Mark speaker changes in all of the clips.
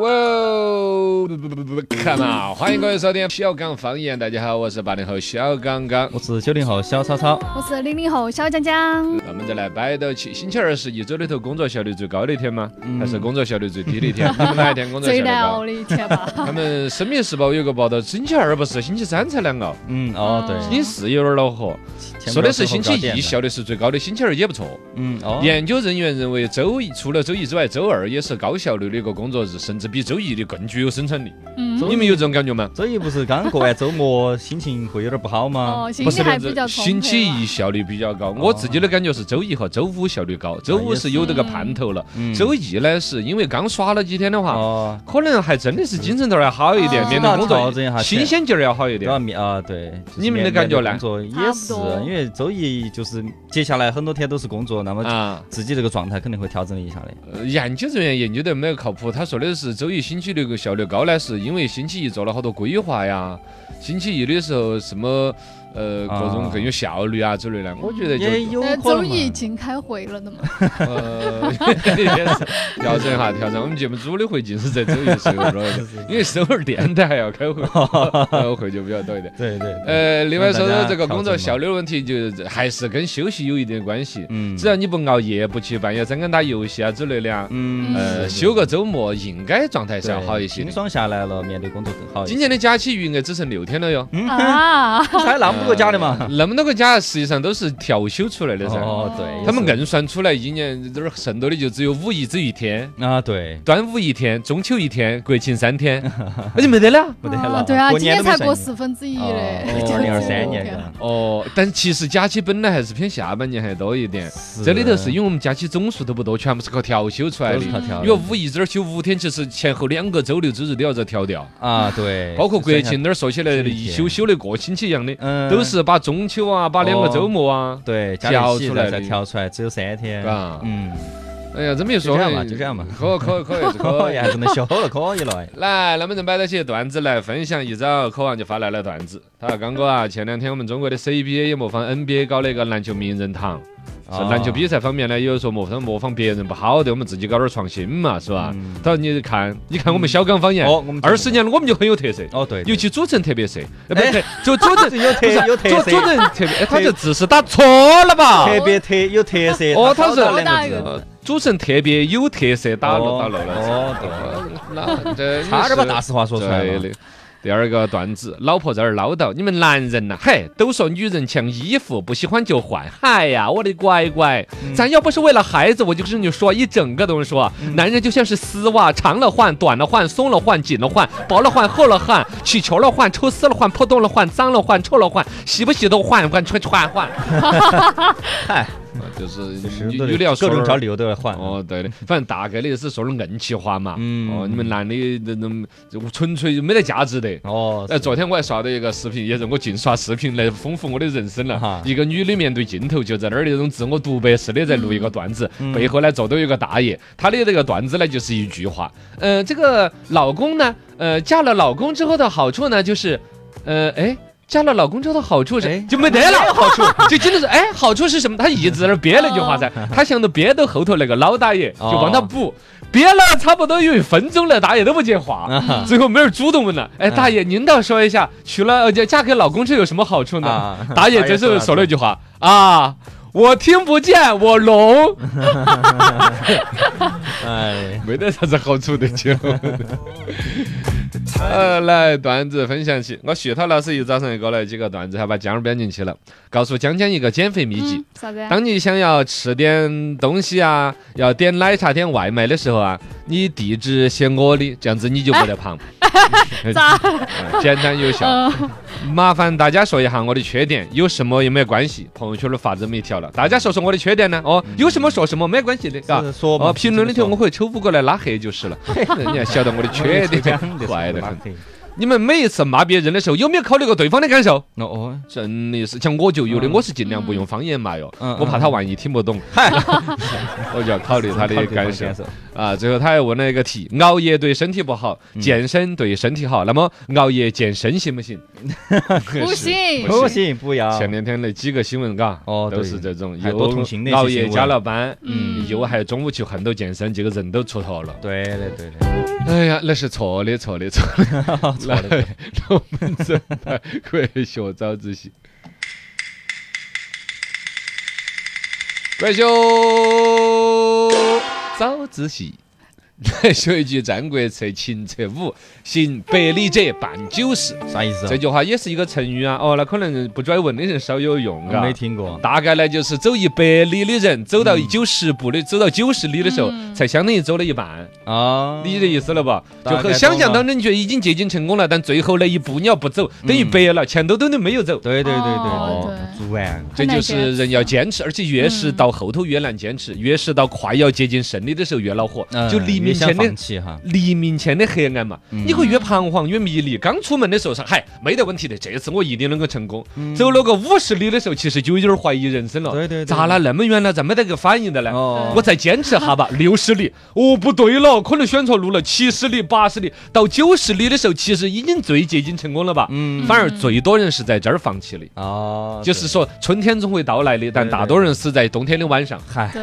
Speaker 1: 哇哦，不不不不不，看嘛！欢迎各位收听小刚方言。大家好，我是八零后小刚刚。
Speaker 2: 我是九零后小超超，
Speaker 3: 我是零零后小江江，
Speaker 1: 那我们再来摆到起，星期二是一周里头工作效率最高的一天吗？还是工作效率最低的一天？你们哪一天工作效
Speaker 3: 最
Speaker 1: 率
Speaker 3: 难
Speaker 1: 高
Speaker 3: 熬？的一天 吧。
Speaker 1: 他们《声明时报》有个报道，星期二不是，星期三才难熬。
Speaker 2: 嗯哦对，
Speaker 1: 星期四有点恼火，
Speaker 2: 前
Speaker 1: 说
Speaker 2: 不久
Speaker 1: 的是星期
Speaker 2: 吃火锅
Speaker 1: 一
Speaker 2: 店
Speaker 1: 效率是最高的，星期二也不错。
Speaker 2: 嗯哦，
Speaker 1: 研究人员认为，周一除了周一之外，周二也是高效率的一个工作日，甚至比周一的更具有生产力。
Speaker 3: 嗯，
Speaker 1: 你们有这种感觉吗？
Speaker 2: 周一不是刚过完周末，心情会有点不好吗？
Speaker 3: 哦，心
Speaker 1: 不是
Speaker 3: 情还
Speaker 1: 不
Speaker 3: 比
Speaker 1: 是
Speaker 3: 较，充沛哦
Speaker 1: 星期
Speaker 3: 吧
Speaker 1: 一效率比较高。我自己的感觉是周一和周五效
Speaker 3: 啊
Speaker 1: 率高，周五是有这个盼头了。
Speaker 2: 嗯
Speaker 1: 周一呢，是因为刚耍了几天的话，
Speaker 2: 哦，
Speaker 1: 可能还真的是精神头儿要好一点，
Speaker 3: 哦
Speaker 1: 面对工
Speaker 2: 调整一
Speaker 1: 作
Speaker 2: 下
Speaker 1: 新鲜劲儿要好一
Speaker 2: 主要
Speaker 1: 点。
Speaker 2: 面啊对，就是
Speaker 1: 你们的
Speaker 2: 面
Speaker 1: 感觉呢
Speaker 2: 面对工作也是
Speaker 3: 差不多，
Speaker 2: 因为周一就是接下来很多天都是工作，那么
Speaker 1: 啊，
Speaker 2: 自己这个状态肯定会调整一下的。
Speaker 1: 呃研究人员研究得没有靠谱，他说的是周一、星期六个效率高呢，是因为星期一做了好多规划呀，星期一的时候什么呃各种
Speaker 2: 啊
Speaker 1: 更有效率啊之类的。我觉得就
Speaker 2: 也有
Speaker 3: 呃，
Speaker 2: 可
Speaker 3: 周
Speaker 2: 能
Speaker 3: 一已
Speaker 2: 嘛，
Speaker 3: 经开会了的嘛，
Speaker 1: 呃，也是调整哈，调整。我们节目组的会尽是在周一时候说的，因为首尔电台还要开会，呃会就比较多一点。
Speaker 2: 对对，对，
Speaker 1: 呃，另外说
Speaker 2: 让大
Speaker 1: 说
Speaker 2: 家
Speaker 1: 这个工作
Speaker 2: 调整嘛
Speaker 1: 效率问题，就是还是跟休息有一定关系。
Speaker 2: 嗯，
Speaker 1: 只要你不熬夜，不去半夜三更打游戏啊之类的啊，
Speaker 2: 嗯
Speaker 1: 呃，休个周末应该状态是要
Speaker 2: 对
Speaker 1: 好一些
Speaker 2: 清
Speaker 1: 的。
Speaker 2: 爽下来了，面对工作更好一些。
Speaker 1: 今年的假期余额只剩六天了哟，
Speaker 2: 嗯
Speaker 3: 啊，
Speaker 2: 还那么多假的 嘛？
Speaker 1: 那么多个假实际上都是调休出来的噻。
Speaker 2: 哦对，
Speaker 1: 他们硬算出来，呃一年这儿剩多的就只有五一只一天。
Speaker 2: 啊对，
Speaker 1: 端午一天，中秋一天，国庆三天， 那就没得了。
Speaker 2: 不得了
Speaker 3: 啊， 对啊，
Speaker 2: 过
Speaker 3: 今
Speaker 2: 年都
Speaker 3: 年
Speaker 2: 没
Speaker 3: 才
Speaker 2: 剩
Speaker 3: 过
Speaker 2: 一
Speaker 3: 四分之一
Speaker 2: 哦
Speaker 3: 嘞，
Speaker 2: 二 零二三年
Speaker 3: 天啊
Speaker 2: 的，
Speaker 1: 哦，但其实假期本来还是偏下半年还多一点。这里头是因为我们假期总数都不多，全部是靠调休出来
Speaker 2: 都
Speaker 1: 的
Speaker 2: 是。靠调
Speaker 1: 因为五一这儿休五天，其实前后两个周六周日都要在调调，
Speaker 2: 啊，对，
Speaker 1: 包括国庆那儿说起来
Speaker 2: 是
Speaker 1: 一
Speaker 2: 一天
Speaker 1: 休休的过星期一样的，
Speaker 2: 嗯，
Speaker 1: 都是把中秋啊，把两个周末啊，
Speaker 2: 对加
Speaker 1: 挑
Speaker 2: 一起
Speaker 1: 出来
Speaker 2: 再
Speaker 1: 的啊
Speaker 2: 挑出来，只有三天，
Speaker 1: 嘎。
Speaker 2: 嗯，
Speaker 1: 哎呀，这么一
Speaker 2: 就
Speaker 1: 说，
Speaker 2: 这样吧
Speaker 1: 哎
Speaker 2: 就这样吧哦
Speaker 1: 可可可以是 可
Speaker 2: 可
Speaker 1: 以
Speaker 2: 以，。还是能休了，可以了，哎
Speaker 1: 来，那么人摆到起段子来分享一遭，渴望就发来了段子。他说：“刚哥啊，前两天我们中国的 CBA 也模仿 NBA 搞了一个篮球名人堂， 是
Speaker 2: 哦
Speaker 1: 篮球比赛方面呢，有人说模仿模仿别人不好的，我们自己搞点创新嘛，是吧？他说你看，你看我们小刚方言
Speaker 2: 哦我们，
Speaker 1: 二十年了我们就很有特色，
Speaker 2: 哦对，
Speaker 1: 尤其主持人特别色，呃不对，就主持人
Speaker 2: 有特
Speaker 1: 不是
Speaker 2: 有特
Speaker 1: 主
Speaker 2: 色
Speaker 1: 主持人特别，哎他这字是打错了吧？
Speaker 2: 特别特有特色，
Speaker 1: 哦他
Speaker 2: 高
Speaker 1: 是
Speaker 2: 达
Speaker 3: 高达
Speaker 2: 两
Speaker 3: 有
Speaker 2: 个字，
Speaker 1: 呃主持人特别有特色，打漏打漏了。”
Speaker 2: 哦，对，
Speaker 1: 那这
Speaker 2: 差点把大实话说出来
Speaker 1: 对
Speaker 2: 了，
Speaker 1: 的。第二个段子，老婆在那儿唠叨：“你们男人呐、嘿，都说女人像衣服，不喜欢就换。嗨呀，我的乖乖，
Speaker 2: 嗯
Speaker 1: 咱要不是为了孩子，我就跟你说，一整个都是说，男人就像是丝袜，长了换，短了换，松了换，紧了换，薄了换，厚了换，起球了换，抽丝了换，破洞了换，脏了换，臭了换，洗不洗都换换穿换换。
Speaker 2: 嗨，
Speaker 1: 就是
Speaker 2: 就是
Speaker 1: 有有的要
Speaker 2: 各
Speaker 1: 说
Speaker 2: 种
Speaker 1: 点
Speaker 2: 条理由都要换，
Speaker 1: 哦，对的，反正大概的意思说点硬气话嘛。
Speaker 2: 嗯
Speaker 1: 哦，你们男的那种就纯粹就没得价值的。
Speaker 2: 哦，
Speaker 1: 哎，昨天我还刷到一个视频，也是我净刷视频来丰富我的人生了
Speaker 2: 哈。
Speaker 1: 一个女的面对镜头，就在那儿那种自我独白式的在录一个段子，
Speaker 2: 嗯
Speaker 1: 背后呢坐到一个大爷，他的那个段子呢就是一句话，呃，这个老公呢，呃，嫁了老公之后的好处呢就是，呃，哎。嫁了老公之后的好处是
Speaker 2: 哎
Speaker 1: 就没得了，好 处就真的是哎，好处是什么？他一直在那儿憋那句话噻，他想到憋到后头那个老大爷就帮他
Speaker 2: 啊哦
Speaker 1: 补，憋了差不多有一分钟了，大爷都不接话，
Speaker 2: 啊
Speaker 1: 最后没人主动问了，哎，大爷，您倒说一下，娶了呃嫁给老公这有什么好处呢？
Speaker 2: 啊，
Speaker 1: 大爷这时候说了一句话啊，我听不见，我聋，
Speaker 2: 哎，
Speaker 1: 没得啥子好处的 就。呃，来段子分享起，我徐涛老师又找上一个了，几个段子还把江儿编进去了，告诉江江一个减肥秘籍
Speaker 3: 嗯。，啥子？
Speaker 1: 当你想要吃点东西啊，要点奶茶、点外卖的时候啊，你地址写我的，这样子你就不得胖。 哎
Speaker 3: 咋？
Speaker 1: 简单有效。
Speaker 3: 嗯，
Speaker 1: 麻烦大家说一下我的缺点，有什么也没关系。朋友圈的发这么一条了，大家说说我的缺点呢？哦，
Speaker 3: 嗯
Speaker 1: 有什么说什么，没关系的，
Speaker 2: 是说嘛
Speaker 1: 哦，评论里头我会抽不过来拉黑就是了。你还晓得我的 缺 点，坏得很。你们每一次骂别人的时候，有没有考虑过对方的感受？
Speaker 2: 哦哦，
Speaker 1: 真的是，像我就有的，
Speaker 2: 嗯
Speaker 1: 我是尽量不用方言骂哟，
Speaker 2: 嗯
Speaker 1: 我怕他万一听 不懂，嗨，我就要考虑他的感受。啊，最后他还问了一个题：熬夜对身体不好，
Speaker 2: 嗯
Speaker 1: 健身对身体好。那么熬夜健身行不 行？
Speaker 3: 不行
Speaker 1: 不
Speaker 2: 不
Speaker 1: 行。
Speaker 2: 行，不要。
Speaker 1: 前两天那几个新闻，嘎，
Speaker 2: 哦
Speaker 1: 都
Speaker 2: 对
Speaker 1: 是这种
Speaker 2: 还多
Speaker 1: 又
Speaker 2: 同情那些
Speaker 1: 熬夜
Speaker 2: 新闻
Speaker 1: 加了班，
Speaker 3: 嗯
Speaker 1: 又还中午去横头健身，结果人都出头了。
Speaker 2: 对的，对的，
Speaker 1: 哎呀，那是错的，错的，错 的。来，我们真的国学早自习。国学早自习，来学一句《战国策·秦策五》：“行百里者半九十。
Speaker 2: 啥意”思啊
Speaker 1: 这？句话也是一个成语啊。哦，那可能不专文的人少有用，
Speaker 2: 我
Speaker 1: 嘎
Speaker 2: 没。听过。
Speaker 1: 大概呢，就是走一百里的人，走到九十步的，走到九十里的时候，
Speaker 3: 嗯
Speaker 1: 才相当于走了一半。
Speaker 2: 啊，
Speaker 1: 理解意思了吧？
Speaker 2: 大
Speaker 1: 就
Speaker 2: 概
Speaker 1: 和
Speaker 2: 懂
Speaker 1: 想象
Speaker 2: 了
Speaker 1: 当中，你觉得已经接近成功了，但最后那一步你要不走，等于白了，前头都都没有走。
Speaker 2: 嗯对对对
Speaker 3: 哦
Speaker 2: 对，
Speaker 3: 对
Speaker 2: 煮完
Speaker 1: 这
Speaker 3: 很难
Speaker 1: 就是
Speaker 3: 坚
Speaker 1: 人要坚持，而且越是
Speaker 3: 嗯
Speaker 1: 到后头越难坚持，越是到快要接近胜利的时候越恼火，就黎明
Speaker 2: 嗯想
Speaker 1: 前的
Speaker 2: 放。弃哈，
Speaker 1: 黎明前的黑暗嘛，
Speaker 2: 嗯
Speaker 1: 你会越彷徨越迷离。刚出门的时候说，嗨，没得问题的，这次我一定能够成功。走了个五十里的时候，其实就有点怀疑人生了。
Speaker 2: 嗯对对对
Speaker 1: 咋了那么远了，咋没得个反应的呢？
Speaker 2: 哦
Speaker 1: 我再坚持哈吧， 六十里，哦不对了，可能选错路了，七十里、八十里到九十里的时候，其实已经最接近成功了吧？
Speaker 2: 嗯
Speaker 1: 反而最多人是在这儿放弃的，
Speaker 2: 哦，
Speaker 1: 就是说春天总会到来的，但
Speaker 2: 对
Speaker 1: 大
Speaker 2: 对
Speaker 1: 多人死在冬天的晚上。
Speaker 2: 嗨，
Speaker 3: 对，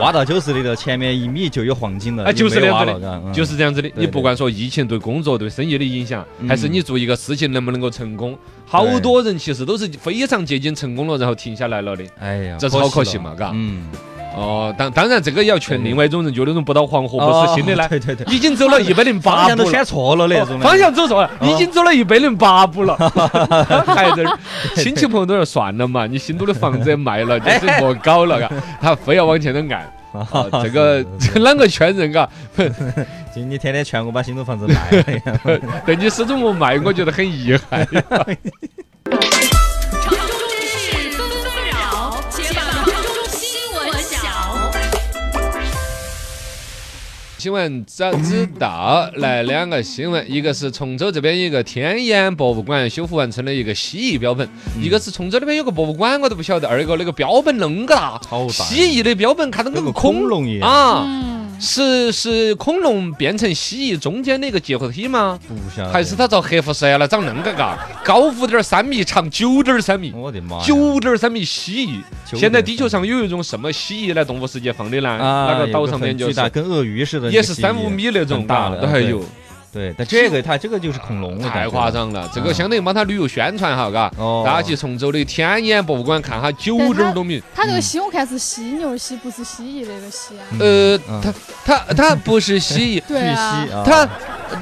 Speaker 2: 挖到九十里头，前面一米就有黄金了，
Speaker 1: 哎，就是
Speaker 2: 没
Speaker 1: 这
Speaker 2: 挖
Speaker 1: 样
Speaker 2: 了
Speaker 1: 子
Speaker 2: 嘎，
Speaker 1: 的，
Speaker 2: 嗯
Speaker 1: 就是这样子的。
Speaker 2: 对
Speaker 1: 你不管说疫情对工作、对生意的影响，还是
Speaker 2: 嗯
Speaker 1: 你做一个事情能不能够成功，好多人其实都是非常接近成功了，然后停下来了的。
Speaker 2: 哎呀，
Speaker 1: 这是好可惜嘛
Speaker 2: 了
Speaker 1: 嘎
Speaker 2: 嗯，
Speaker 1: 哦，当当然这个也要劝
Speaker 2: 对
Speaker 1: 另外一种人，就那种不到黄河不死心的
Speaker 2: 哦
Speaker 1: 呢，
Speaker 2: 对对对，
Speaker 1: 已经走了一百零八
Speaker 2: 方向
Speaker 1: 步
Speaker 2: 都
Speaker 1: 了哦
Speaker 2: 选。错了那种的，
Speaker 1: 方向走错了，
Speaker 2: 哦
Speaker 1: 已经走了一百零八步 了， 还在这儿亲戚朋友都说算了嘛，你新都的房子也 卖了，就是莫搞了，嘎，他非要往前头按。
Speaker 2: 哦
Speaker 1: 啊，这个这 啷个劝人嘎？
Speaker 2: 就你天天劝我把新东房子卖了哎呀，
Speaker 1: 但你始终不卖，我觉得很遗 憾。
Speaker 4: 城中之事纷纷扰，且把城中新闻晓。
Speaker 1: 新闻早知道，来两个新闻，一个是崇州这边有一个天眼博物馆修复完成了一个蜥蜴标本，
Speaker 2: 嗯
Speaker 1: 一个是崇州那边有个博物馆，我都不晓得。二个那个标本恁个大，
Speaker 2: 好大
Speaker 1: 蜥蜴的标本看到跟个
Speaker 2: 跟个恐
Speaker 1: 恐
Speaker 2: 龙一样
Speaker 1: 啊。
Speaker 3: 嗯，
Speaker 1: 是是恐龙变成蜥蜴中间的一个结合体吗？
Speaker 2: 不晓得
Speaker 1: 还是它遭核辐射了长恁个嘎？高五点三米，长九点三 米，
Speaker 2: 我的哎妈呀，
Speaker 1: 九点三米蜥蜴。
Speaker 2: 9.3
Speaker 1: 现在地球上有一种什么蜥蜴来动物世界放的呢？
Speaker 2: 啊，
Speaker 1: 那个岛上面
Speaker 2: 有个
Speaker 1: 就
Speaker 2: 很巨大，
Speaker 1: 是
Speaker 2: 跟鳄鱼似的，
Speaker 1: 也是三五，米那种
Speaker 2: 很大
Speaker 1: 嘎，
Speaker 2: 的啊
Speaker 1: 都还有，
Speaker 2: 对，但这个它这个就是恐龙，我感
Speaker 1: 太
Speaker 2: 觉
Speaker 1: 夸，张了。这个相当于帮他旅游宣传哈，嘎。
Speaker 2: 啊哦，
Speaker 1: 大家去崇州的天眼博物馆看哈，九点多米。
Speaker 3: 他这个蜥我看是犀牛蜥，不是蜥蜴那个蜥啊。，
Speaker 1: 呃，
Speaker 2: 嗯
Speaker 1: 它它它不是蜥蜴
Speaker 3: 对啊
Speaker 2: 巨蜥，啊，
Speaker 1: 它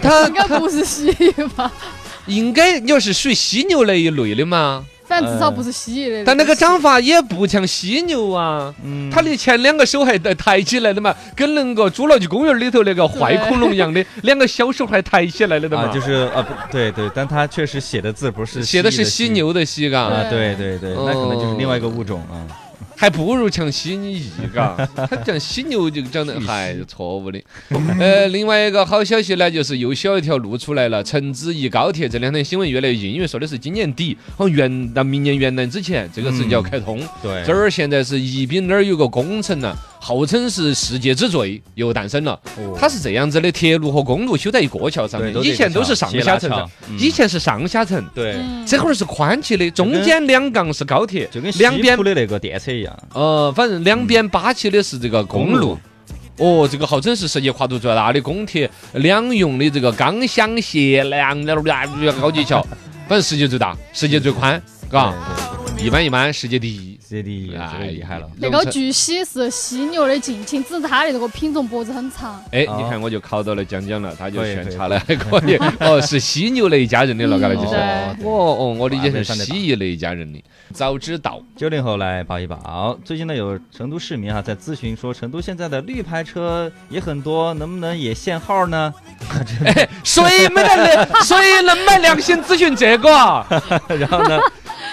Speaker 1: 它
Speaker 3: 应该
Speaker 1: 它
Speaker 3: 不是蜥蜴吧？
Speaker 1: 应该要是属于犀牛那一类的嘛，
Speaker 3: 反正至少不是蜥蜴类的。
Speaker 1: 呃但那个长法也不像犀牛啊。
Speaker 2: 嗯
Speaker 1: 它的前两个手还抬抬起来的嘛，跟那个侏罗纪公园里头那个坏恐龙一样的，两个小手还抬起来了的嘛。
Speaker 2: 啊，就是啊，不对对，但它确实写的字不是
Speaker 1: 写的是
Speaker 2: 犀
Speaker 1: 犀牛的犀，嘎。
Speaker 2: 啊，对对对，那可能就是另外一个物种啊。
Speaker 1: 还不如像犀牛，嘎，他讲犀牛就讲的还是错误 的。呃，另外一个好消息呢，就是又小一条路出来了，橙子一高铁。这两天新闻越来越硬，因为说的是今年底，好像元旦、明年元旦之前，这个事情要开通。
Speaker 2: 对，
Speaker 1: 这儿现在是宜宾那儿有个工程呢、号称是世界之最，又诞生了。它是这样子的，铁路和公路修在一个桥上
Speaker 2: 对
Speaker 1: 面，
Speaker 2: 都得
Speaker 1: 以前哦都是上
Speaker 2: 斜
Speaker 1: 下
Speaker 2: 拉
Speaker 1: 层
Speaker 2: 桥
Speaker 1: 的，
Speaker 2: 嗯
Speaker 1: 以前是上下层，
Speaker 2: 对，
Speaker 3: 嗯
Speaker 1: 这会儿是宽起的，中
Speaker 2: 跟
Speaker 1: 间两杠是高铁
Speaker 2: 就跟，
Speaker 1: 两
Speaker 2: 西
Speaker 1: 边
Speaker 2: 普的那个电车一样。
Speaker 1: 呃，反正两边扒起的是这个公路。哦，这个号称是世界跨度最大的公铁两用的这个钢箱 斜梁高级桥，反正世界最大，世界最宽，嘎。
Speaker 2: 对对
Speaker 1: 一般一般，世界第一。哎
Speaker 2: 这里
Speaker 1: 嗯
Speaker 2: 这个厉害了。
Speaker 3: 那
Speaker 1: 农
Speaker 3: 个
Speaker 1: 村
Speaker 3: 巨蜥是犀牛的近亲，只是它的这个品种脖子很长。
Speaker 1: 哎，
Speaker 2: 哦
Speaker 1: 你看我就考到了江江了，他就
Speaker 2: 可以
Speaker 1: 选差了， 还可以。哦，是犀牛那一家人的了，嘎了就是。
Speaker 3: 嗯
Speaker 1: 哦哦，我理解
Speaker 2: 哇
Speaker 1: 成
Speaker 2: 没算得
Speaker 1: 蜥
Speaker 2: 到
Speaker 1: 蜴那一家人的。早知道，
Speaker 2: 九零后来报一报，最近呢有成都市民哈、在咨询说，成都现在的绿牌车也很多，能不能也限号呢？
Speaker 1: 谁没 得那，谁能没良心咨询这个？
Speaker 2: 然后呢，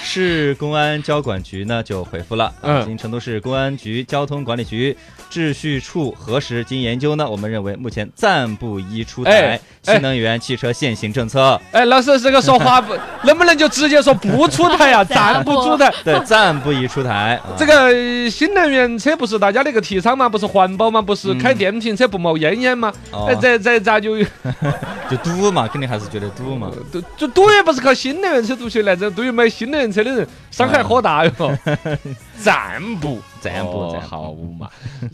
Speaker 2: 市公安交管局呢就回复了，啊
Speaker 1: 嗯
Speaker 2: 经成都市公安局交通管理局秩序处核实，经研究呢，我们认为目前暂不宜出
Speaker 1: 哎
Speaker 2: 台
Speaker 1: 哎
Speaker 2: 新能源汽车限行政策，
Speaker 1: 哎，老师，这个说 话不能不能就直接说不出台呀、暂不出 台。
Speaker 2: 对，暂不宜出台。啊
Speaker 1: 这个呃新能源车不是大家那个提倡吗？不是环保吗？不是开
Speaker 2: 嗯
Speaker 1: 电瓶车不冒烟烟吗？
Speaker 2: 哦
Speaker 1: 哎，这这咋就
Speaker 2: 就堵嘛，肯定还是觉得堵嘛。
Speaker 1: 都就对于不是靠新能源车出去来，这对于买新能源车的人伤害 好大哟。暂不，
Speaker 2: 暂哦不
Speaker 1: 哦
Speaker 2: 暂 不
Speaker 1: 好嘛，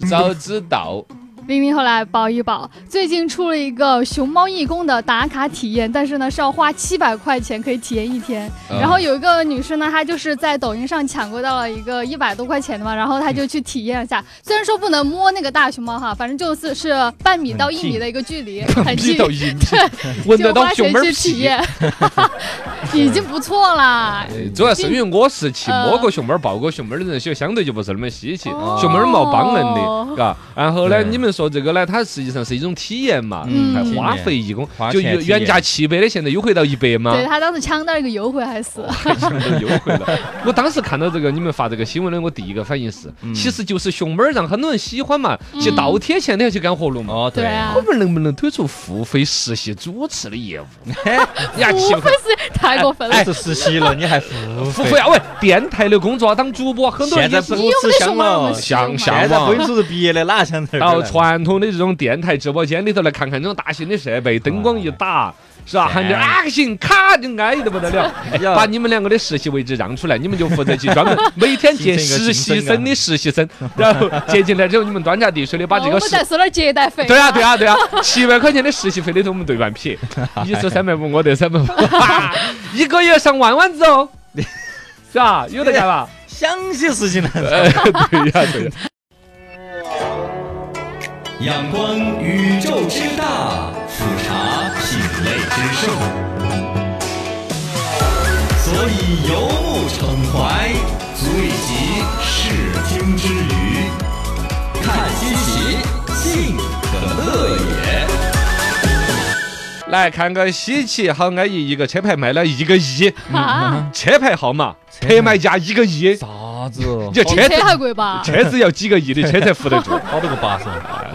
Speaker 1: 早知道，
Speaker 3: 零零后来报一报，最近出了一个熊猫义工的打卡体验，但是呢是要花七百块钱可以体验一天。
Speaker 1: 嗯
Speaker 3: 然后有一个女生呢，她就是在抖音上抢购到了一个一百多块钱的嘛，然后她就去体验了一下。虽然说不能摸那个大熊猫哈，反正就是是半米到一米的一个距 离，很
Speaker 1: 屁
Speaker 3: 近。
Speaker 1: 到一屁，闻得
Speaker 3: 就
Speaker 1: 到
Speaker 3: 花
Speaker 1: 熊
Speaker 3: 钱
Speaker 1: 猫
Speaker 3: 去体
Speaker 1: 屁。
Speaker 3: 验， 已经不错啦。
Speaker 1: 呃主要是因为我是去摸过熊猫、抱过熊猫的人，所以相对就不是那么稀奇。
Speaker 3: 嗯哦
Speaker 1: 熊猫毛帮人的，嘎。然后呢，
Speaker 2: 对
Speaker 1: 你们说这个呢，它实际上是一种体验嘛，
Speaker 3: 嗯
Speaker 1: 还
Speaker 3: 体
Speaker 1: 花
Speaker 2: 验
Speaker 1: 费义工
Speaker 2: 花，
Speaker 1: 就
Speaker 2: 钱
Speaker 1: 原
Speaker 2: 体
Speaker 1: 原
Speaker 2: 验
Speaker 1: 价七百的，现在优惠到一百吗？
Speaker 3: 对他当时抢到一个优惠还是，
Speaker 1: 都优惠了。 我当时看到这个你们发这个新闻的，我第一个反应是，
Speaker 2: 嗯
Speaker 1: 其实就是熊猫儿让很多人喜欢嘛，去
Speaker 3: 嗯
Speaker 1: 倒贴钱的要去干活路嘛。
Speaker 2: 哦，
Speaker 3: 对啊
Speaker 1: 我，们能不能推出付费实习主持的业务？哎呀，气
Speaker 3: 无
Speaker 1: 氛。
Speaker 3: 非是太过分了
Speaker 2: 哎，。是实习了，你还付
Speaker 1: 付费啊！喂，电台的工作啊当主播，很多人
Speaker 2: 现在
Speaker 1: 也是
Speaker 2: 不吃香
Speaker 1: 哎
Speaker 2: 了，
Speaker 1: 向
Speaker 2: 现
Speaker 1: 向
Speaker 2: 在播音
Speaker 1: 往。
Speaker 2: 组是毕业的，哪像 这儿
Speaker 1: 到
Speaker 2: 来？
Speaker 1: 传统的这种电台直播间里头来看看这种大型的设备，灯光一打，是吧？
Speaker 2: 是
Speaker 1: 喊点啊行，咔就安逸得不得了。哎
Speaker 2: 要
Speaker 1: 把你们两个的实习位置让出来，你们就负责去 专门每天接实习生的实习 生，然后接进来之后，你们端茶递水的把这
Speaker 3: 我
Speaker 1: 个实
Speaker 3: 们再。收点接待费。
Speaker 1: 对啊，对啊，对啊，七百块钱的实习费里头，我们对半 撇，你收三百五，我得三百五，哇一个月上万万子 哦，是吧？有得干吧？
Speaker 2: 想些事情呢。
Speaker 1: 哎，对呀，对呀。
Speaker 5: 仰观宇宙之大，俯察品类之盛。所以游目骋怀，足以极视听之娱，看稀奇，信可乐也。
Speaker 1: 来看个稀奇，好安逸，一个车牌卖了一个亿，
Speaker 3: 啊，
Speaker 1: 车牌号码
Speaker 2: 车牌哦
Speaker 1: 拍卖价一个亿，
Speaker 2: 啥子？。
Speaker 1: 你这
Speaker 3: 比
Speaker 1: 车子
Speaker 3: 车还贵吧？
Speaker 1: 车子要几个亿的车才扶得住
Speaker 2: 好多个巴士，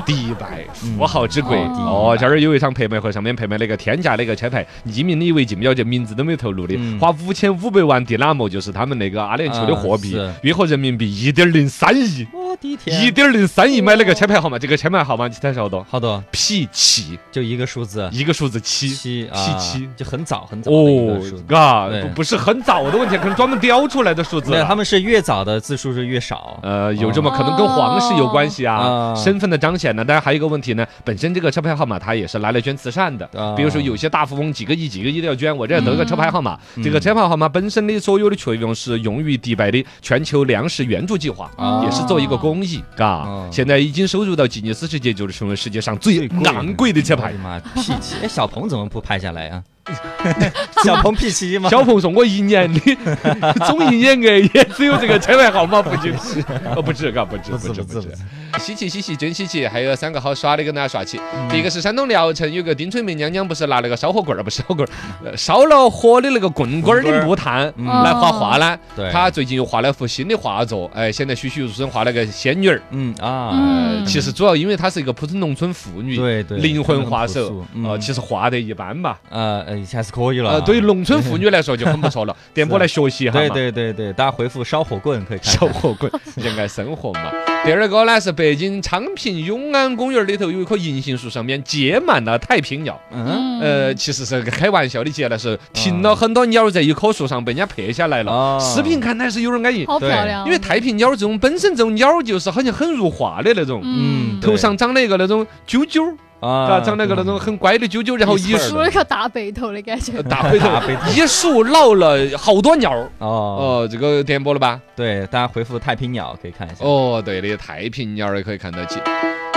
Speaker 1: 迪拜富豪之国、
Speaker 3: 嗯
Speaker 1: 哦，这儿有一场拍卖会，上面拍卖了个天价那个车牌，匿名的一位竞标者名字都没有透露的，
Speaker 2: 嗯
Speaker 1: 花五千五百万迪拉姆，就是他们那个阿联酋的货币
Speaker 2: 啊，
Speaker 1: 约合人民币一点零三亿，
Speaker 2: 我的
Speaker 1: 一，点零三亿买了个车牌号码，这个车牌号码你猜是好多
Speaker 2: 好多，
Speaker 1: ？P 七，
Speaker 2: 就一个数字，
Speaker 1: 一个数字七。
Speaker 2: 七
Speaker 1: 七
Speaker 2: 啊，
Speaker 1: 七
Speaker 2: 就很早很早的一
Speaker 1: 哦
Speaker 2: 个数，字。
Speaker 1: 嘎，
Speaker 2: 对
Speaker 1: 不不是很早的问题，可能专门雕出来的数字
Speaker 2: 没有，
Speaker 1: 了。
Speaker 2: 他们是越早的字数是越少。
Speaker 1: 呃，有这么可能跟皇室有关系啊，
Speaker 2: 哦
Speaker 1: 身份的彰显呢。当然还有一个问题呢，本身这个车牌号码它也是拿来捐慈善的。
Speaker 2: 啊
Speaker 1: 比如说有些大富翁几个亿、几个亿都要捐，我这儿得个车牌号码，这个车牌号码本身的所有的费用是用于迪拜的全球粮食援助计划，
Speaker 2: 哦
Speaker 1: 也是做一个公益，嘎、
Speaker 2: 哦
Speaker 1: 现在已经收入到吉尼斯世界，就是成为世界上啊最昂贵的车
Speaker 2: 我
Speaker 1: 牌
Speaker 2: 的。妈，P 七，哎，小鹏怎么不拍下来啊？小鹏 P 七吗？
Speaker 1: 小鹏说：“我一年 的总营业额也只有这个车牌号码， 不止，哦，不止，嘎，不止，
Speaker 2: 不止
Speaker 1: 不止，
Speaker 2: 不止
Speaker 1: 不止。稀奇稀奇，真稀奇！还有三个好耍的，跟大家耍起。
Speaker 2: 嗯
Speaker 1: 第一个是山东聊城有个丁春梅娘娘，不是拿那个烧火棍儿，不是烧棍儿，呃烧了火的那个棍棍儿
Speaker 2: 棍棍
Speaker 1: 的
Speaker 2: 儿
Speaker 1: 木炭
Speaker 2: 嗯
Speaker 1: 来画画呢。
Speaker 2: 对，
Speaker 1: 她最近又画了幅新的画作，哎，现在栩栩如生画了个仙女儿。
Speaker 2: 嗯啊，
Speaker 1: 呃，
Speaker 3: 嗯，
Speaker 1: 其实主要因为她是一个普通农村妇女，
Speaker 2: 对对
Speaker 1: 灵魂画
Speaker 2: 很朴
Speaker 1: 手
Speaker 2: 素，嗯
Speaker 1: 呃，其实画得一般吧。
Speaker 2: 呃，呃还是可以了啊。
Speaker 1: 呃，对于农村妇女来说就很不错 了，点播来学习一下嘛。
Speaker 2: 对对对对，大家回复烧火棍可以看
Speaker 1: 小
Speaker 2: 看。
Speaker 1: 火棍， 热爱生活嘛。第二个呢是北京昌平永安公园里头有一棵银杏树，上面结满了太平鸟。
Speaker 2: 嗯，
Speaker 1: 呃，其实是个开玩笑的结，那是停了很多鸟在一棵树上被人家拍下来了。
Speaker 2: 哦
Speaker 1: 视频看来是有点安逸，
Speaker 3: 好漂亮，
Speaker 1: 因为太平鸟这种本身这种鸟就是好像很入画的那种，
Speaker 3: 嗯
Speaker 2: 嗯，
Speaker 1: 头上长了一个那种揪揪，
Speaker 2: 啊
Speaker 1: 啊，长得个那种很乖的啾呃啾，然后一
Speaker 2: 是
Speaker 3: 梳
Speaker 2: 的
Speaker 3: 了个大背头的 感觉。
Speaker 1: 大背头
Speaker 2: 大背头，
Speaker 1: 一数闹了好多鸟儿。
Speaker 2: 哦，
Speaker 1: 哦，这个点播了吧？
Speaker 2: 对，大家回复太平鸟可以看一下。
Speaker 1: 哦，对的，太平鸟儿也可以看得起。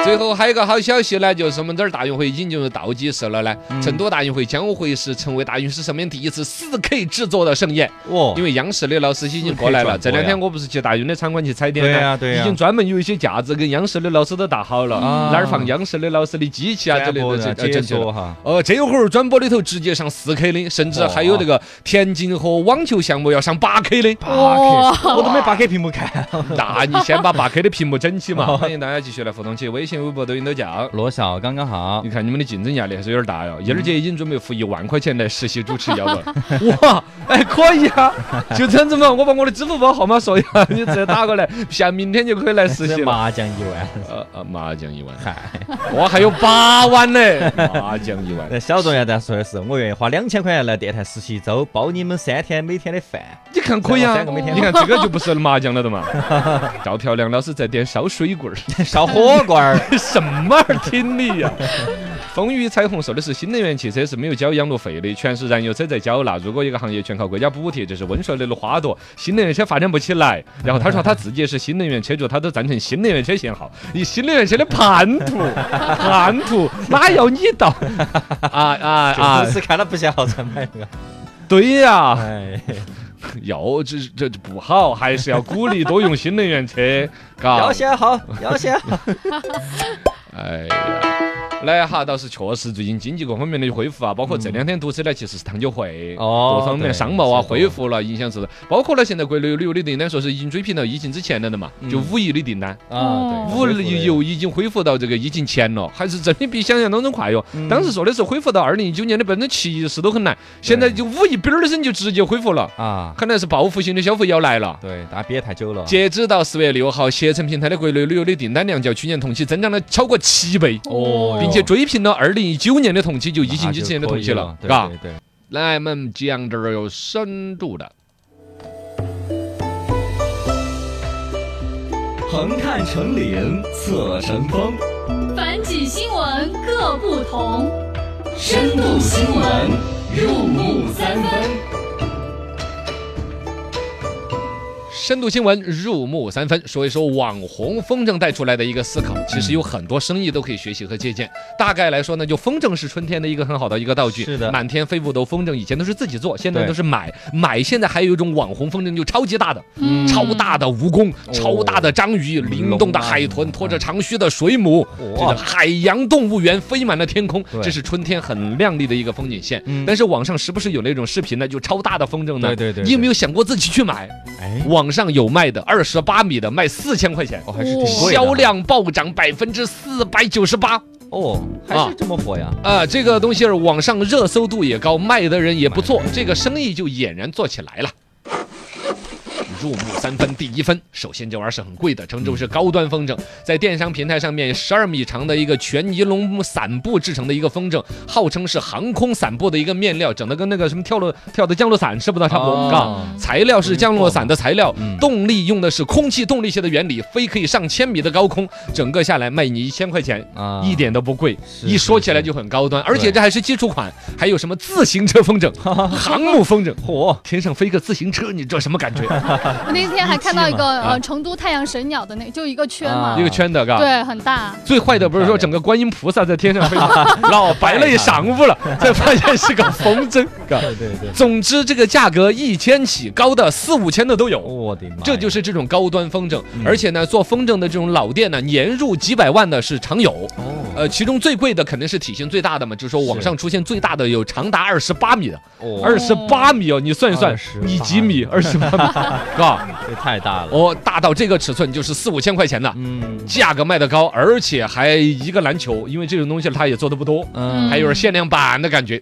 Speaker 1: 最后还有一个好消息呢，就是我们这儿大运会已经进入倒计时了呢。
Speaker 2: 嗯
Speaker 1: 成都大运会将会是成为大运史上面第一次 4K 制作的盛宴，
Speaker 2: 哦
Speaker 1: 因，为央视的老师已经过来了。
Speaker 2: 4K 转播呀
Speaker 1: 这两天我不是去大运的场馆去踩点
Speaker 2: 对
Speaker 1: 呢
Speaker 2: 呀对呀
Speaker 1: 已经专门有一些架子跟央视的老师都搭好了，
Speaker 2: 啊
Speaker 1: 哪儿放央视的老师的机器啊之类
Speaker 2: 播
Speaker 1: 的，这
Speaker 2: 解
Speaker 1: 这这。
Speaker 2: 说哈，
Speaker 1: 呃，这会儿转播里头直接上 4K 的，甚至还有这个田径和网球项目要上 8K 的。
Speaker 2: 哇，我都没扒开屏幕看。
Speaker 1: 那你先把 8K 的屏幕整起
Speaker 2: 哦
Speaker 1: 嘛。欢迎大家继续来互动起，微信、微博、抖音都叫。
Speaker 2: 罗小刚刚好
Speaker 1: 你，看你们的竞争压力还是有点大哟。
Speaker 2: 嗯
Speaker 1: 燕儿姐已经准备付一万块钱来实习主持，要不？ 哇，哎，可以啊，就这样子嘛。我把我的支付宝号码说一下，你直接打过来，像明天就可以 来实习
Speaker 2: 这
Speaker 1: 了。
Speaker 2: 麻将一万，
Speaker 1: 呃呃，麻将一万，我还有八万呢，麻将一万。
Speaker 2: 那小钟要在说的是，我愿意花两千块钱来电台实习一周，包你们三天每天的饭。
Speaker 1: 你看可以啊
Speaker 2: 三个每，天
Speaker 1: 你看这个就不是麻将了 的嘛。赵漂亮老师在点烧水棍儿，
Speaker 2: 烧火锅 儿，
Speaker 1: 什么儿啊听 力呀、风雨彩虹说的是新能源汽车是没有交养路费的，全是燃油车在缴纳。如果一个行业全靠国家补贴，这是温水里的花朵，新能源车发展不起来。然后他说他自己也是新能源车主，他都赞成新能源车限号，你新能源车的叛 徒，叛徒哪要你到啊啊 啊
Speaker 2: 就！是看了不想好才买那个。
Speaker 1: 对呀、
Speaker 2: 哎，
Speaker 1: 要这这这不好，还是要鼓励多用新能源车，嘎
Speaker 2: 要。先好，要先好。
Speaker 1: 哎呀，来哈，倒是确实最近经济各方面的恢复啊，包括这两天堵车呢，其实是糖酒会，
Speaker 2: 嗯哦
Speaker 1: 各方面
Speaker 2: 对
Speaker 1: 商贸啊
Speaker 2: 是的
Speaker 1: 恢复了，影响是，包括了现在国内旅游的订单，说是已经追平到疫情之前了的嘛，
Speaker 2: 嗯
Speaker 1: 就五一的订单，
Speaker 2: 啊， 对，
Speaker 1: 五
Speaker 2: 恢复
Speaker 1: 一又已经恢复到这个疫情前了，还是真的比想象当中快哟。
Speaker 2: 嗯
Speaker 1: 当时说的是恢复到二零一九年的百分之七十都很难，现在就五一嘣儿一声就直接恢复了，
Speaker 2: 啊，
Speaker 1: 看来是报复性的消费要来了。
Speaker 2: 对，大家憋太久了。
Speaker 1: 截止到四月六号，携程平台的国内旅游的订单量较去年同期增长了超过七倍，
Speaker 2: 哦
Speaker 1: 并且追平了二零一九年的同期，就疫情之前的同期
Speaker 2: 了
Speaker 1: 了，，
Speaker 2: 对
Speaker 1: 嘎
Speaker 2: 对。对。
Speaker 1: 来，我们讲点儿有深度的。
Speaker 5: 横看成岭侧成峰，
Speaker 4: 反几新闻各不同，
Speaker 5: 深度新闻入木三分。
Speaker 1: 深度新闻入木三分，说一说网红风筝带出来的一个思考。其实有很多生意都可以学习和借鉴。大概来说呢，就风筝是春天的一个很好的一个道具。
Speaker 2: 是的
Speaker 1: 满天飞舞的风筝以前都是自己做，现在
Speaker 2: 对
Speaker 1: 都是买买。现在还有一种网红风筝，就超级大的，
Speaker 2: 嗯
Speaker 1: 超大的蜈蚣，
Speaker 2: 哦
Speaker 1: 超大的章鱼，灵动的海
Speaker 2: 龙
Speaker 1: 豚，
Speaker 2: 啊
Speaker 1: 拖着长须的水母，这
Speaker 2: 哇
Speaker 1: 个海洋动物园飞满了天空
Speaker 2: 对，
Speaker 1: 这是春天很亮丽的一个风景线
Speaker 2: 嗯。
Speaker 1: 但是网上时不时有那种视频呢，就超大的风筝呢，
Speaker 2: 对对对
Speaker 1: 你有没
Speaker 2: 对
Speaker 1: 有想过自己去买？
Speaker 2: 哎，
Speaker 1: 网上有卖的，二十八米的卖四千块钱，
Speaker 2: 哦，还是挺贵的
Speaker 1: 销量暴涨百分之四百九十八
Speaker 2: 哦，还是这么火呀？
Speaker 1: 啊！这个东西儿网上热搜度也高，卖的人也不错，这个生意就俨然做起来了。入木三分，第一分。首先，这玩意儿是很贵的，郑州市高端风筝，在电商平台上面，十二米长的一个全尼龙伞布制成的一个风筝，号称是航空伞布的一个面料，整的跟那个什么跳落跳的降落伞是不是差不多？嘎、
Speaker 2: 哦
Speaker 1: 材料是降落伞的材料
Speaker 2: 嗯，
Speaker 1: 动力用的是空气动力学的原理，飞可以上千米的高空，整个下来卖你一千块钱。
Speaker 2: 啊，
Speaker 1: 一点都不贵，
Speaker 2: 是
Speaker 1: 一说起来
Speaker 2: 是
Speaker 1: 就很高端，而且
Speaker 2: 对
Speaker 1: 这还是基础款，还有什么自行车风 筝、航母风筝，
Speaker 2: 火，
Speaker 1: 天上飞个自行车，你知道什么感觉？啊
Speaker 3: 我那天还看到
Speaker 2: 一
Speaker 3: 一
Speaker 2: 期
Speaker 3: 个呃成都太阳神鸟的那，就一个圈
Speaker 2: 啊
Speaker 3: 嘛
Speaker 1: 一，个圈的，嘎。
Speaker 3: 对，很大。
Speaker 1: 最坏的不是说整个观音菩萨在天上飞吗， 老白了一晌午了，才发现是个风筝， 嘎。
Speaker 2: 对对对，
Speaker 1: 总之，这个价格一千起，高的四五千的都有。
Speaker 2: 哦我的妈呀，
Speaker 1: 这就是这种高端风筝
Speaker 2: ，Oh 嗯，
Speaker 1: 而且呢，做风筝的这种老店呢，年入几百万的是常有。
Speaker 2: 哦
Speaker 1: 呃，其中最贵的肯定是体型最大的嘛，就是说网
Speaker 2: 是
Speaker 1: 上出现最大的有长达二十八米的，
Speaker 2: 哦
Speaker 1: 二十八米哦，你算一算，
Speaker 2: 28
Speaker 1: 你几米？二十八米，啊，
Speaker 2: 这太大了，
Speaker 1: 哦，大到这个尺寸就是四五千块钱的，
Speaker 2: 嗯
Speaker 1: 价格卖得高，而且还一个篮球，因为这种东西它也做的不多，
Speaker 2: 嗯
Speaker 1: 还有点限量版的感觉。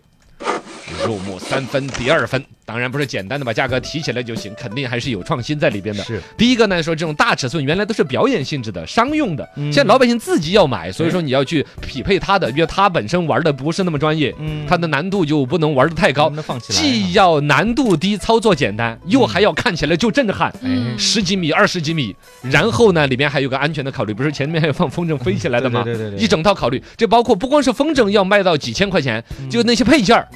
Speaker 1: 入木三分比二分，当然不是简单的把价格提起来就行，肯定还是有创新在里边的。
Speaker 2: 是
Speaker 1: 第一个呢，说这种大尺寸原来都是表演性质的、商用的，
Speaker 2: 嗯
Speaker 1: 现在老百姓自己要买，所以说你要去匹配它的，因为它本身玩的不是那么专业，
Speaker 2: 嗯
Speaker 1: 它的难度就不能玩的太高
Speaker 2: 能不，能放起来啊，嗯
Speaker 1: 既要难度低、操作简单，又还要看起来就震撼。
Speaker 2: 哎
Speaker 3: 嗯
Speaker 1: 十几米、二十几米，然后呢，里面还有个安全的考虑，不是前面还有放风筝飞起来的吗？
Speaker 2: 对对对对对
Speaker 1: 一整套考虑，这包括不光是风筝要卖到几千块钱，就那些配件儿，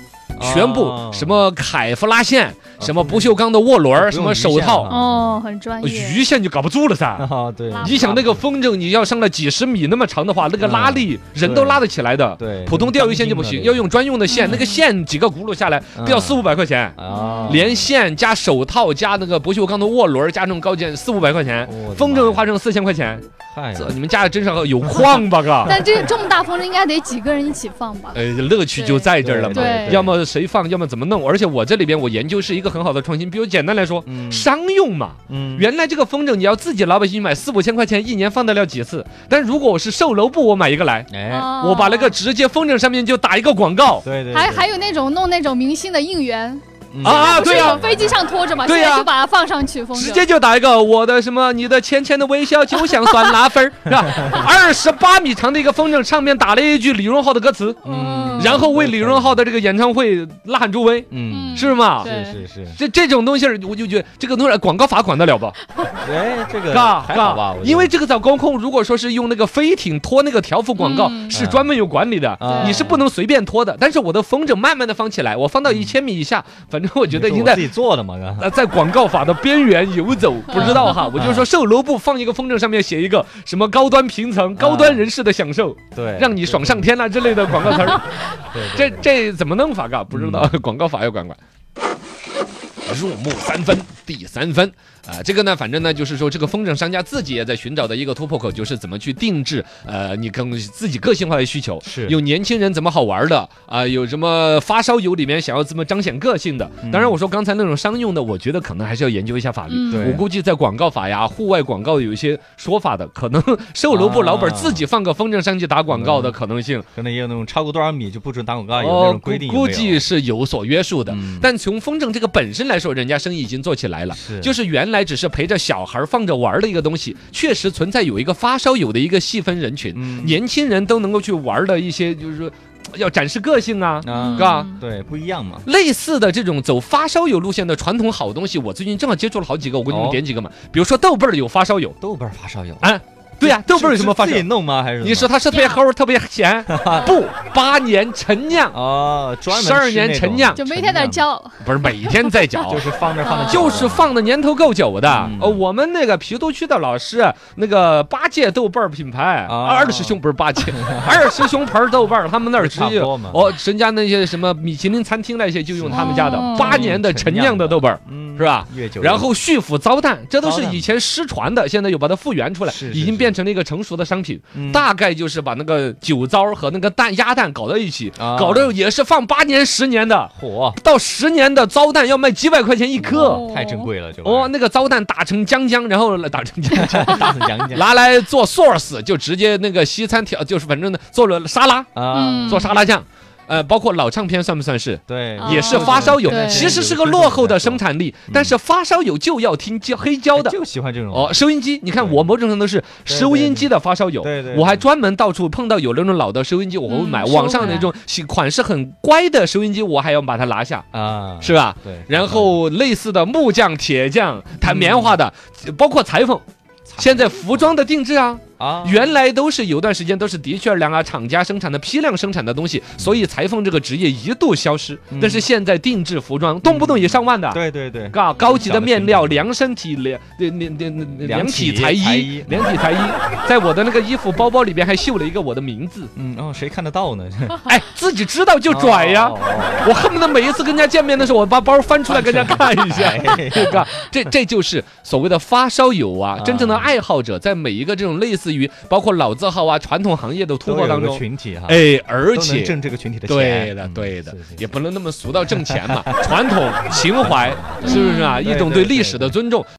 Speaker 2: 嗯哦啊
Speaker 1: 全部什么凯夫拉线，什么不锈钢的涡轮儿，
Speaker 2: 不
Speaker 1: 什
Speaker 2: 用
Speaker 1: 么
Speaker 2: 鱼
Speaker 1: 手
Speaker 2: 线
Speaker 1: 套，
Speaker 2: 哈
Speaker 3: 哦，很专业。
Speaker 1: 嗯鱼线就搞不住了噻。
Speaker 2: 哎啊，对，
Speaker 3: 拉
Speaker 1: 你想那个风筝，你要上了几十米那么长的话，那个拉力人都拉得起来的。
Speaker 2: 嗯对
Speaker 1: 普通钓鱼线就不行，要用专用的线，那个线几个轱辘下来
Speaker 2: 嗯
Speaker 1: 都要四五百块钱，
Speaker 2: 啊，
Speaker 1: 连线加手套加那个不锈钢的涡轮加那种高件四五百块钱
Speaker 2: 哦我的，
Speaker 1: 风
Speaker 2: 妈
Speaker 1: 筝
Speaker 2: 呀
Speaker 1: 花成四千块钱，
Speaker 2: 嗨
Speaker 1: 这你们家真是有矿吧 哥？
Speaker 3: 但这这么大风筝，应该得几个人一起放吧？
Speaker 1: 呃，乐趣就在这儿了嘛。
Speaker 3: 对
Speaker 1: 要么谁放，要么怎么弄。而且我这里边我研究是一个很好的创新，比如简单来说，
Speaker 2: 嗯
Speaker 1: 商用嘛。
Speaker 2: 嗯
Speaker 1: 原来这个风筝你要自己老百姓买四五千块钱，一年放得了几次？但如果我是售楼部，我买一个来，
Speaker 2: 哎，
Speaker 3: 哦
Speaker 1: 我把那个直接风筝上面就打一个广告。
Speaker 2: 对对，
Speaker 3: 还
Speaker 2: 对
Speaker 3: 还有那种弄那种明星的应援，
Speaker 2: 嗯
Speaker 1: 啊
Speaker 3: 不是
Speaker 1: 对啊
Speaker 3: 有飞机上拖着嘛，
Speaker 1: 对啊
Speaker 3: 现在就把它放上去，风
Speaker 1: 直
Speaker 3: 筝。
Speaker 1: 接就打一个我的什么，你的浅浅的微笑就想酸辣 粉儿，是吧？二十八米长的一个风筝，上面打了一句李荣浩的歌词，
Speaker 3: 嗯
Speaker 1: 然后为李荣浩的这个演唱会呐喊助威，
Speaker 2: 嗯，
Speaker 1: 是吗？
Speaker 3: 对
Speaker 2: 是是是，
Speaker 1: 这这种东西儿，我就觉得这个东西儿广告罚款得了不？
Speaker 2: 哎，这个
Speaker 1: 嘎
Speaker 2: 还好吧
Speaker 1: 嘎，
Speaker 2: 我觉得
Speaker 1: 因为这个在高空，如果说是用那个飞艇拖那个条幅广告，
Speaker 3: 嗯
Speaker 1: 是专门有管理的。
Speaker 2: 啊
Speaker 1: 你是不能随便拖的，但是我的风筝慢慢的放起来，我放到一千米以下，反正我觉得
Speaker 2: 嗯
Speaker 1: 已
Speaker 2: 是嗯
Speaker 1: 经
Speaker 2: 我
Speaker 1: 在
Speaker 2: 自己做的嘛，是吧
Speaker 1: 呃，在广告法的边缘游走，不知道 哈。我就说，售楼部放一个风筝，上面写一个什么高端平层、高端人士的享受，
Speaker 2: 嗯对，
Speaker 1: 让你爽上天啊啦、之类的广告词儿。
Speaker 2: 对，对
Speaker 1: 这
Speaker 2: 对
Speaker 1: 这怎么弄法？嘎，不知道，
Speaker 2: 嗯
Speaker 1: 广告法要管管。入木三分，第三分啊、这个呢，反正呢，就是说这个风筝商家自己也在寻找的一个突破口，就是怎么去定制，呃，你更自己个性化的需求，
Speaker 2: 是
Speaker 1: 有年轻人怎么好玩的啊、有什么发烧友里面想要怎么彰显个性的。
Speaker 2: 嗯
Speaker 1: 当然，我说刚才那种商用的，我觉得可能还是要研究一下法律。
Speaker 3: 嗯
Speaker 2: 对
Speaker 1: 我估计在广告法呀、户外广告有一些说法的，可能 售楼
Speaker 2: 啊
Speaker 1: 部老板自己放个风筝上去打广
Speaker 2: 嗯
Speaker 1: 告的可能性，
Speaker 2: 可能也有那种超过多少米就不准打广啊告，有
Speaker 1: 哦，
Speaker 2: 那种规定有没有，
Speaker 1: 估计是有所约束的。
Speaker 2: 嗯
Speaker 1: 但从风筝这个本身来说，人家生意已经做起来了。
Speaker 2: 是
Speaker 1: 就是原来只是陪着小孩放着玩儿的一个东西，确实存在有一个发烧友的一个细分人群，
Speaker 2: 嗯
Speaker 1: 年轻人都能够去玩儿的一些，就是说要展示个性啊，
Speaker 2: 啊
Speaker 1: 嘎、
Speaker 3: 嗯
Speaker 2: 对不一样嘛，
Speaker 1: 类似的这种走发烧友路线的传统好东西，我最近正好接触了好几个，我给你们
Speaker 2: 哦
Speaker 1: 点几个嘛。比如说豆瓣儿有发烧友，
Speaker 2: 豆瓣发烧友，
Speaker 1: 啊，对呀、豆瓣儿有什么发烧
Speaker 2: 自己？弄吗？还是
Speaker 1: 你说他是特别齁，特别 咸，不，八年陈酿，
Speaker 2: 哦，专门
Speaker 1: 十二
Speaker 2: 吃那
Speaker 1: 年陈
Speaker 2: 种
Speaker 1: 酿，
Speaker 3: 准备一天哦点骄傲，
Speaker 1: 不是每 天在嚼
Speaker 2: 就。是放那儿放的，
Speaker 1: 就是放的年头够久的，
Speaker 2: 嗯
Speaker 1: 呃，我们那个郫都区的老师，那个八戒豆瓣儿品牌，
Speaker 2: 啊
Speaker 1: 二师兄不 是八戒，二师兄牌儿豆瓣儿，他们那儿直
Speaker 2: 差不
Speaker 1: 接，
Speaker 2: 多嘛
Speaker 1: 哦，人家那些什么米其林餐厅那些就用他们家的
Speaker 3: 哦
Speaker 1: 八年的陈酿的豆瓣儿，
Speaker 2: 嗯
Speaker 1: 是吧？
Speaker 2: 越久越
Speaker 1: 然后旭府糟蛋，这都是
Speaker 2: 糟蛋
Speaker 1: 以前失传的，现在又把它复原出来，
Speaker 2: 是是
Speaker 1: 已经
Speaker 2: 是
Speaker 1: 变成了一个成熟的商品。
Speaker 2: 嗯
Speaker 1: 大概就是把那个酒糟儿和那个蛋鸭蛋搞到一起，
Speaker 2: 啊
Speaker 1: 搞得也是放八年十年的。
Speaker 2: 火
Speaker 1: 到十年的糟蛋要卖几百块钱一颗。
Speaker 2: 太珍贵了，这玩意
Speaker 1: 哦，
Speaker 2: 儿
Speaker 1: 那个糟蛋打成浆浆，然后打成浆浆，
Speaker 2: 大肆讲一讲
Speaker 1: 拿来做 sauce，就直接那个西餐调，就是反正呢做了沙拉，
Speaker 2: 啊，
Speaker 3: 嗯
Speaker 1: 做沙拉酱，呃，包括老唱片算不算是？
Speaker 2: 对，
Speaker 3: 哦
Speaker 1: 也是发烧友
Speaker 3: 对，
Speaker 1: 其实是个落后的生产力，但是发烧友就要听焦黑胶的。
Speaker 2: 就喜欢这种
Speaker 1: 哦，，收音机，你看
Speaker 2: 对
Speaker 1: 我某种程度是
Speaker 2: 对
Speaker 1: 收音机的发烧友，
Speaker 2: 对对对
Speaker 1: 我还专门到处碰到有那种老的收音机，我会买。
Speaker 3: 嗯
Speaker 1: 网
Speaker 3: 收
Speaker 1: 上
Speaker 3: 回来
Speaker 1: 那种喜款式很乖的收音机，我还要把它拿下，
Speaker 2: 啊，
Speaker 1: 是吧？
Speaker 2: 对，
Speaker 1: 然后类似的木匠、铁匠、弹棉花的，
Speaker 2: 嗯
Speaker 1: 包括裁缝。现在服装的定制啊，
Speaker 2: 啊，
Speaker 1: 原来都是有段时间都是的确良啊厂家生产的批量生产的东西，所以裁缝这个职业一度消失。
Speaker 2: 嗯
Speaker 1: 但是现在定制服装动不动也上万的，
Speaker 2: 对对对，
Speaker 1: 高高级的面料、
Speaker 2: 小的品牌
Speaker 1: 量身体、量量量量量
Speaker 2: 量
Speaker 1: 体
Speaker 2: 体
Speaker 1: 裁
Speaker 2: 裁
Speaker 1: 衣
Speaker 2: 衣、
Speaker 1: 量体裁衣，在我的那个衣服包包里边还绣了一个我的 名字，
Speaker 2: 嗯，然后谁看得到呢？
Speaker 1: 哎，自己知道就 拽呀。
Speaker 2: 哦 哦
Speaker 1: 我恨不得每一次跟人家见面的时候，我把包翻出来跟人家看一 下
Speaker 2: 翻出来。
Speaker 1: 这个，这这就是所谓的发烧友啊，
Speaker 2: 啊
Speaker 1: 真正的爱好者，在每一个这种类似于包括老字号啊、传统行业的突
Speaker 2: 都
Speaker 1: 破
Speaker 2: 有
Speaker 1: 当
Speaker 2: 个
Speaker 1: 中，
Speaker 2: 群体哈，
Speaker 1: 哎，而
Speaker 2: 都能
Speaker 1: 且。
Speaker 2: 挣这个群体的钱，
Speaker 1: 对的，
Speaker 2: 嗯
Speaker 1: 对的
Speaker 2: 是是，
Speaker 1: 也不能那么俗到挣钱嘛，传统情怀是不是啊？
Speaker 2: 对
Speaker 1: 一种
Speaker 2: 对
Speaker 1: 对历史
Speaker 2: 对
Speaker 1: 的尊重。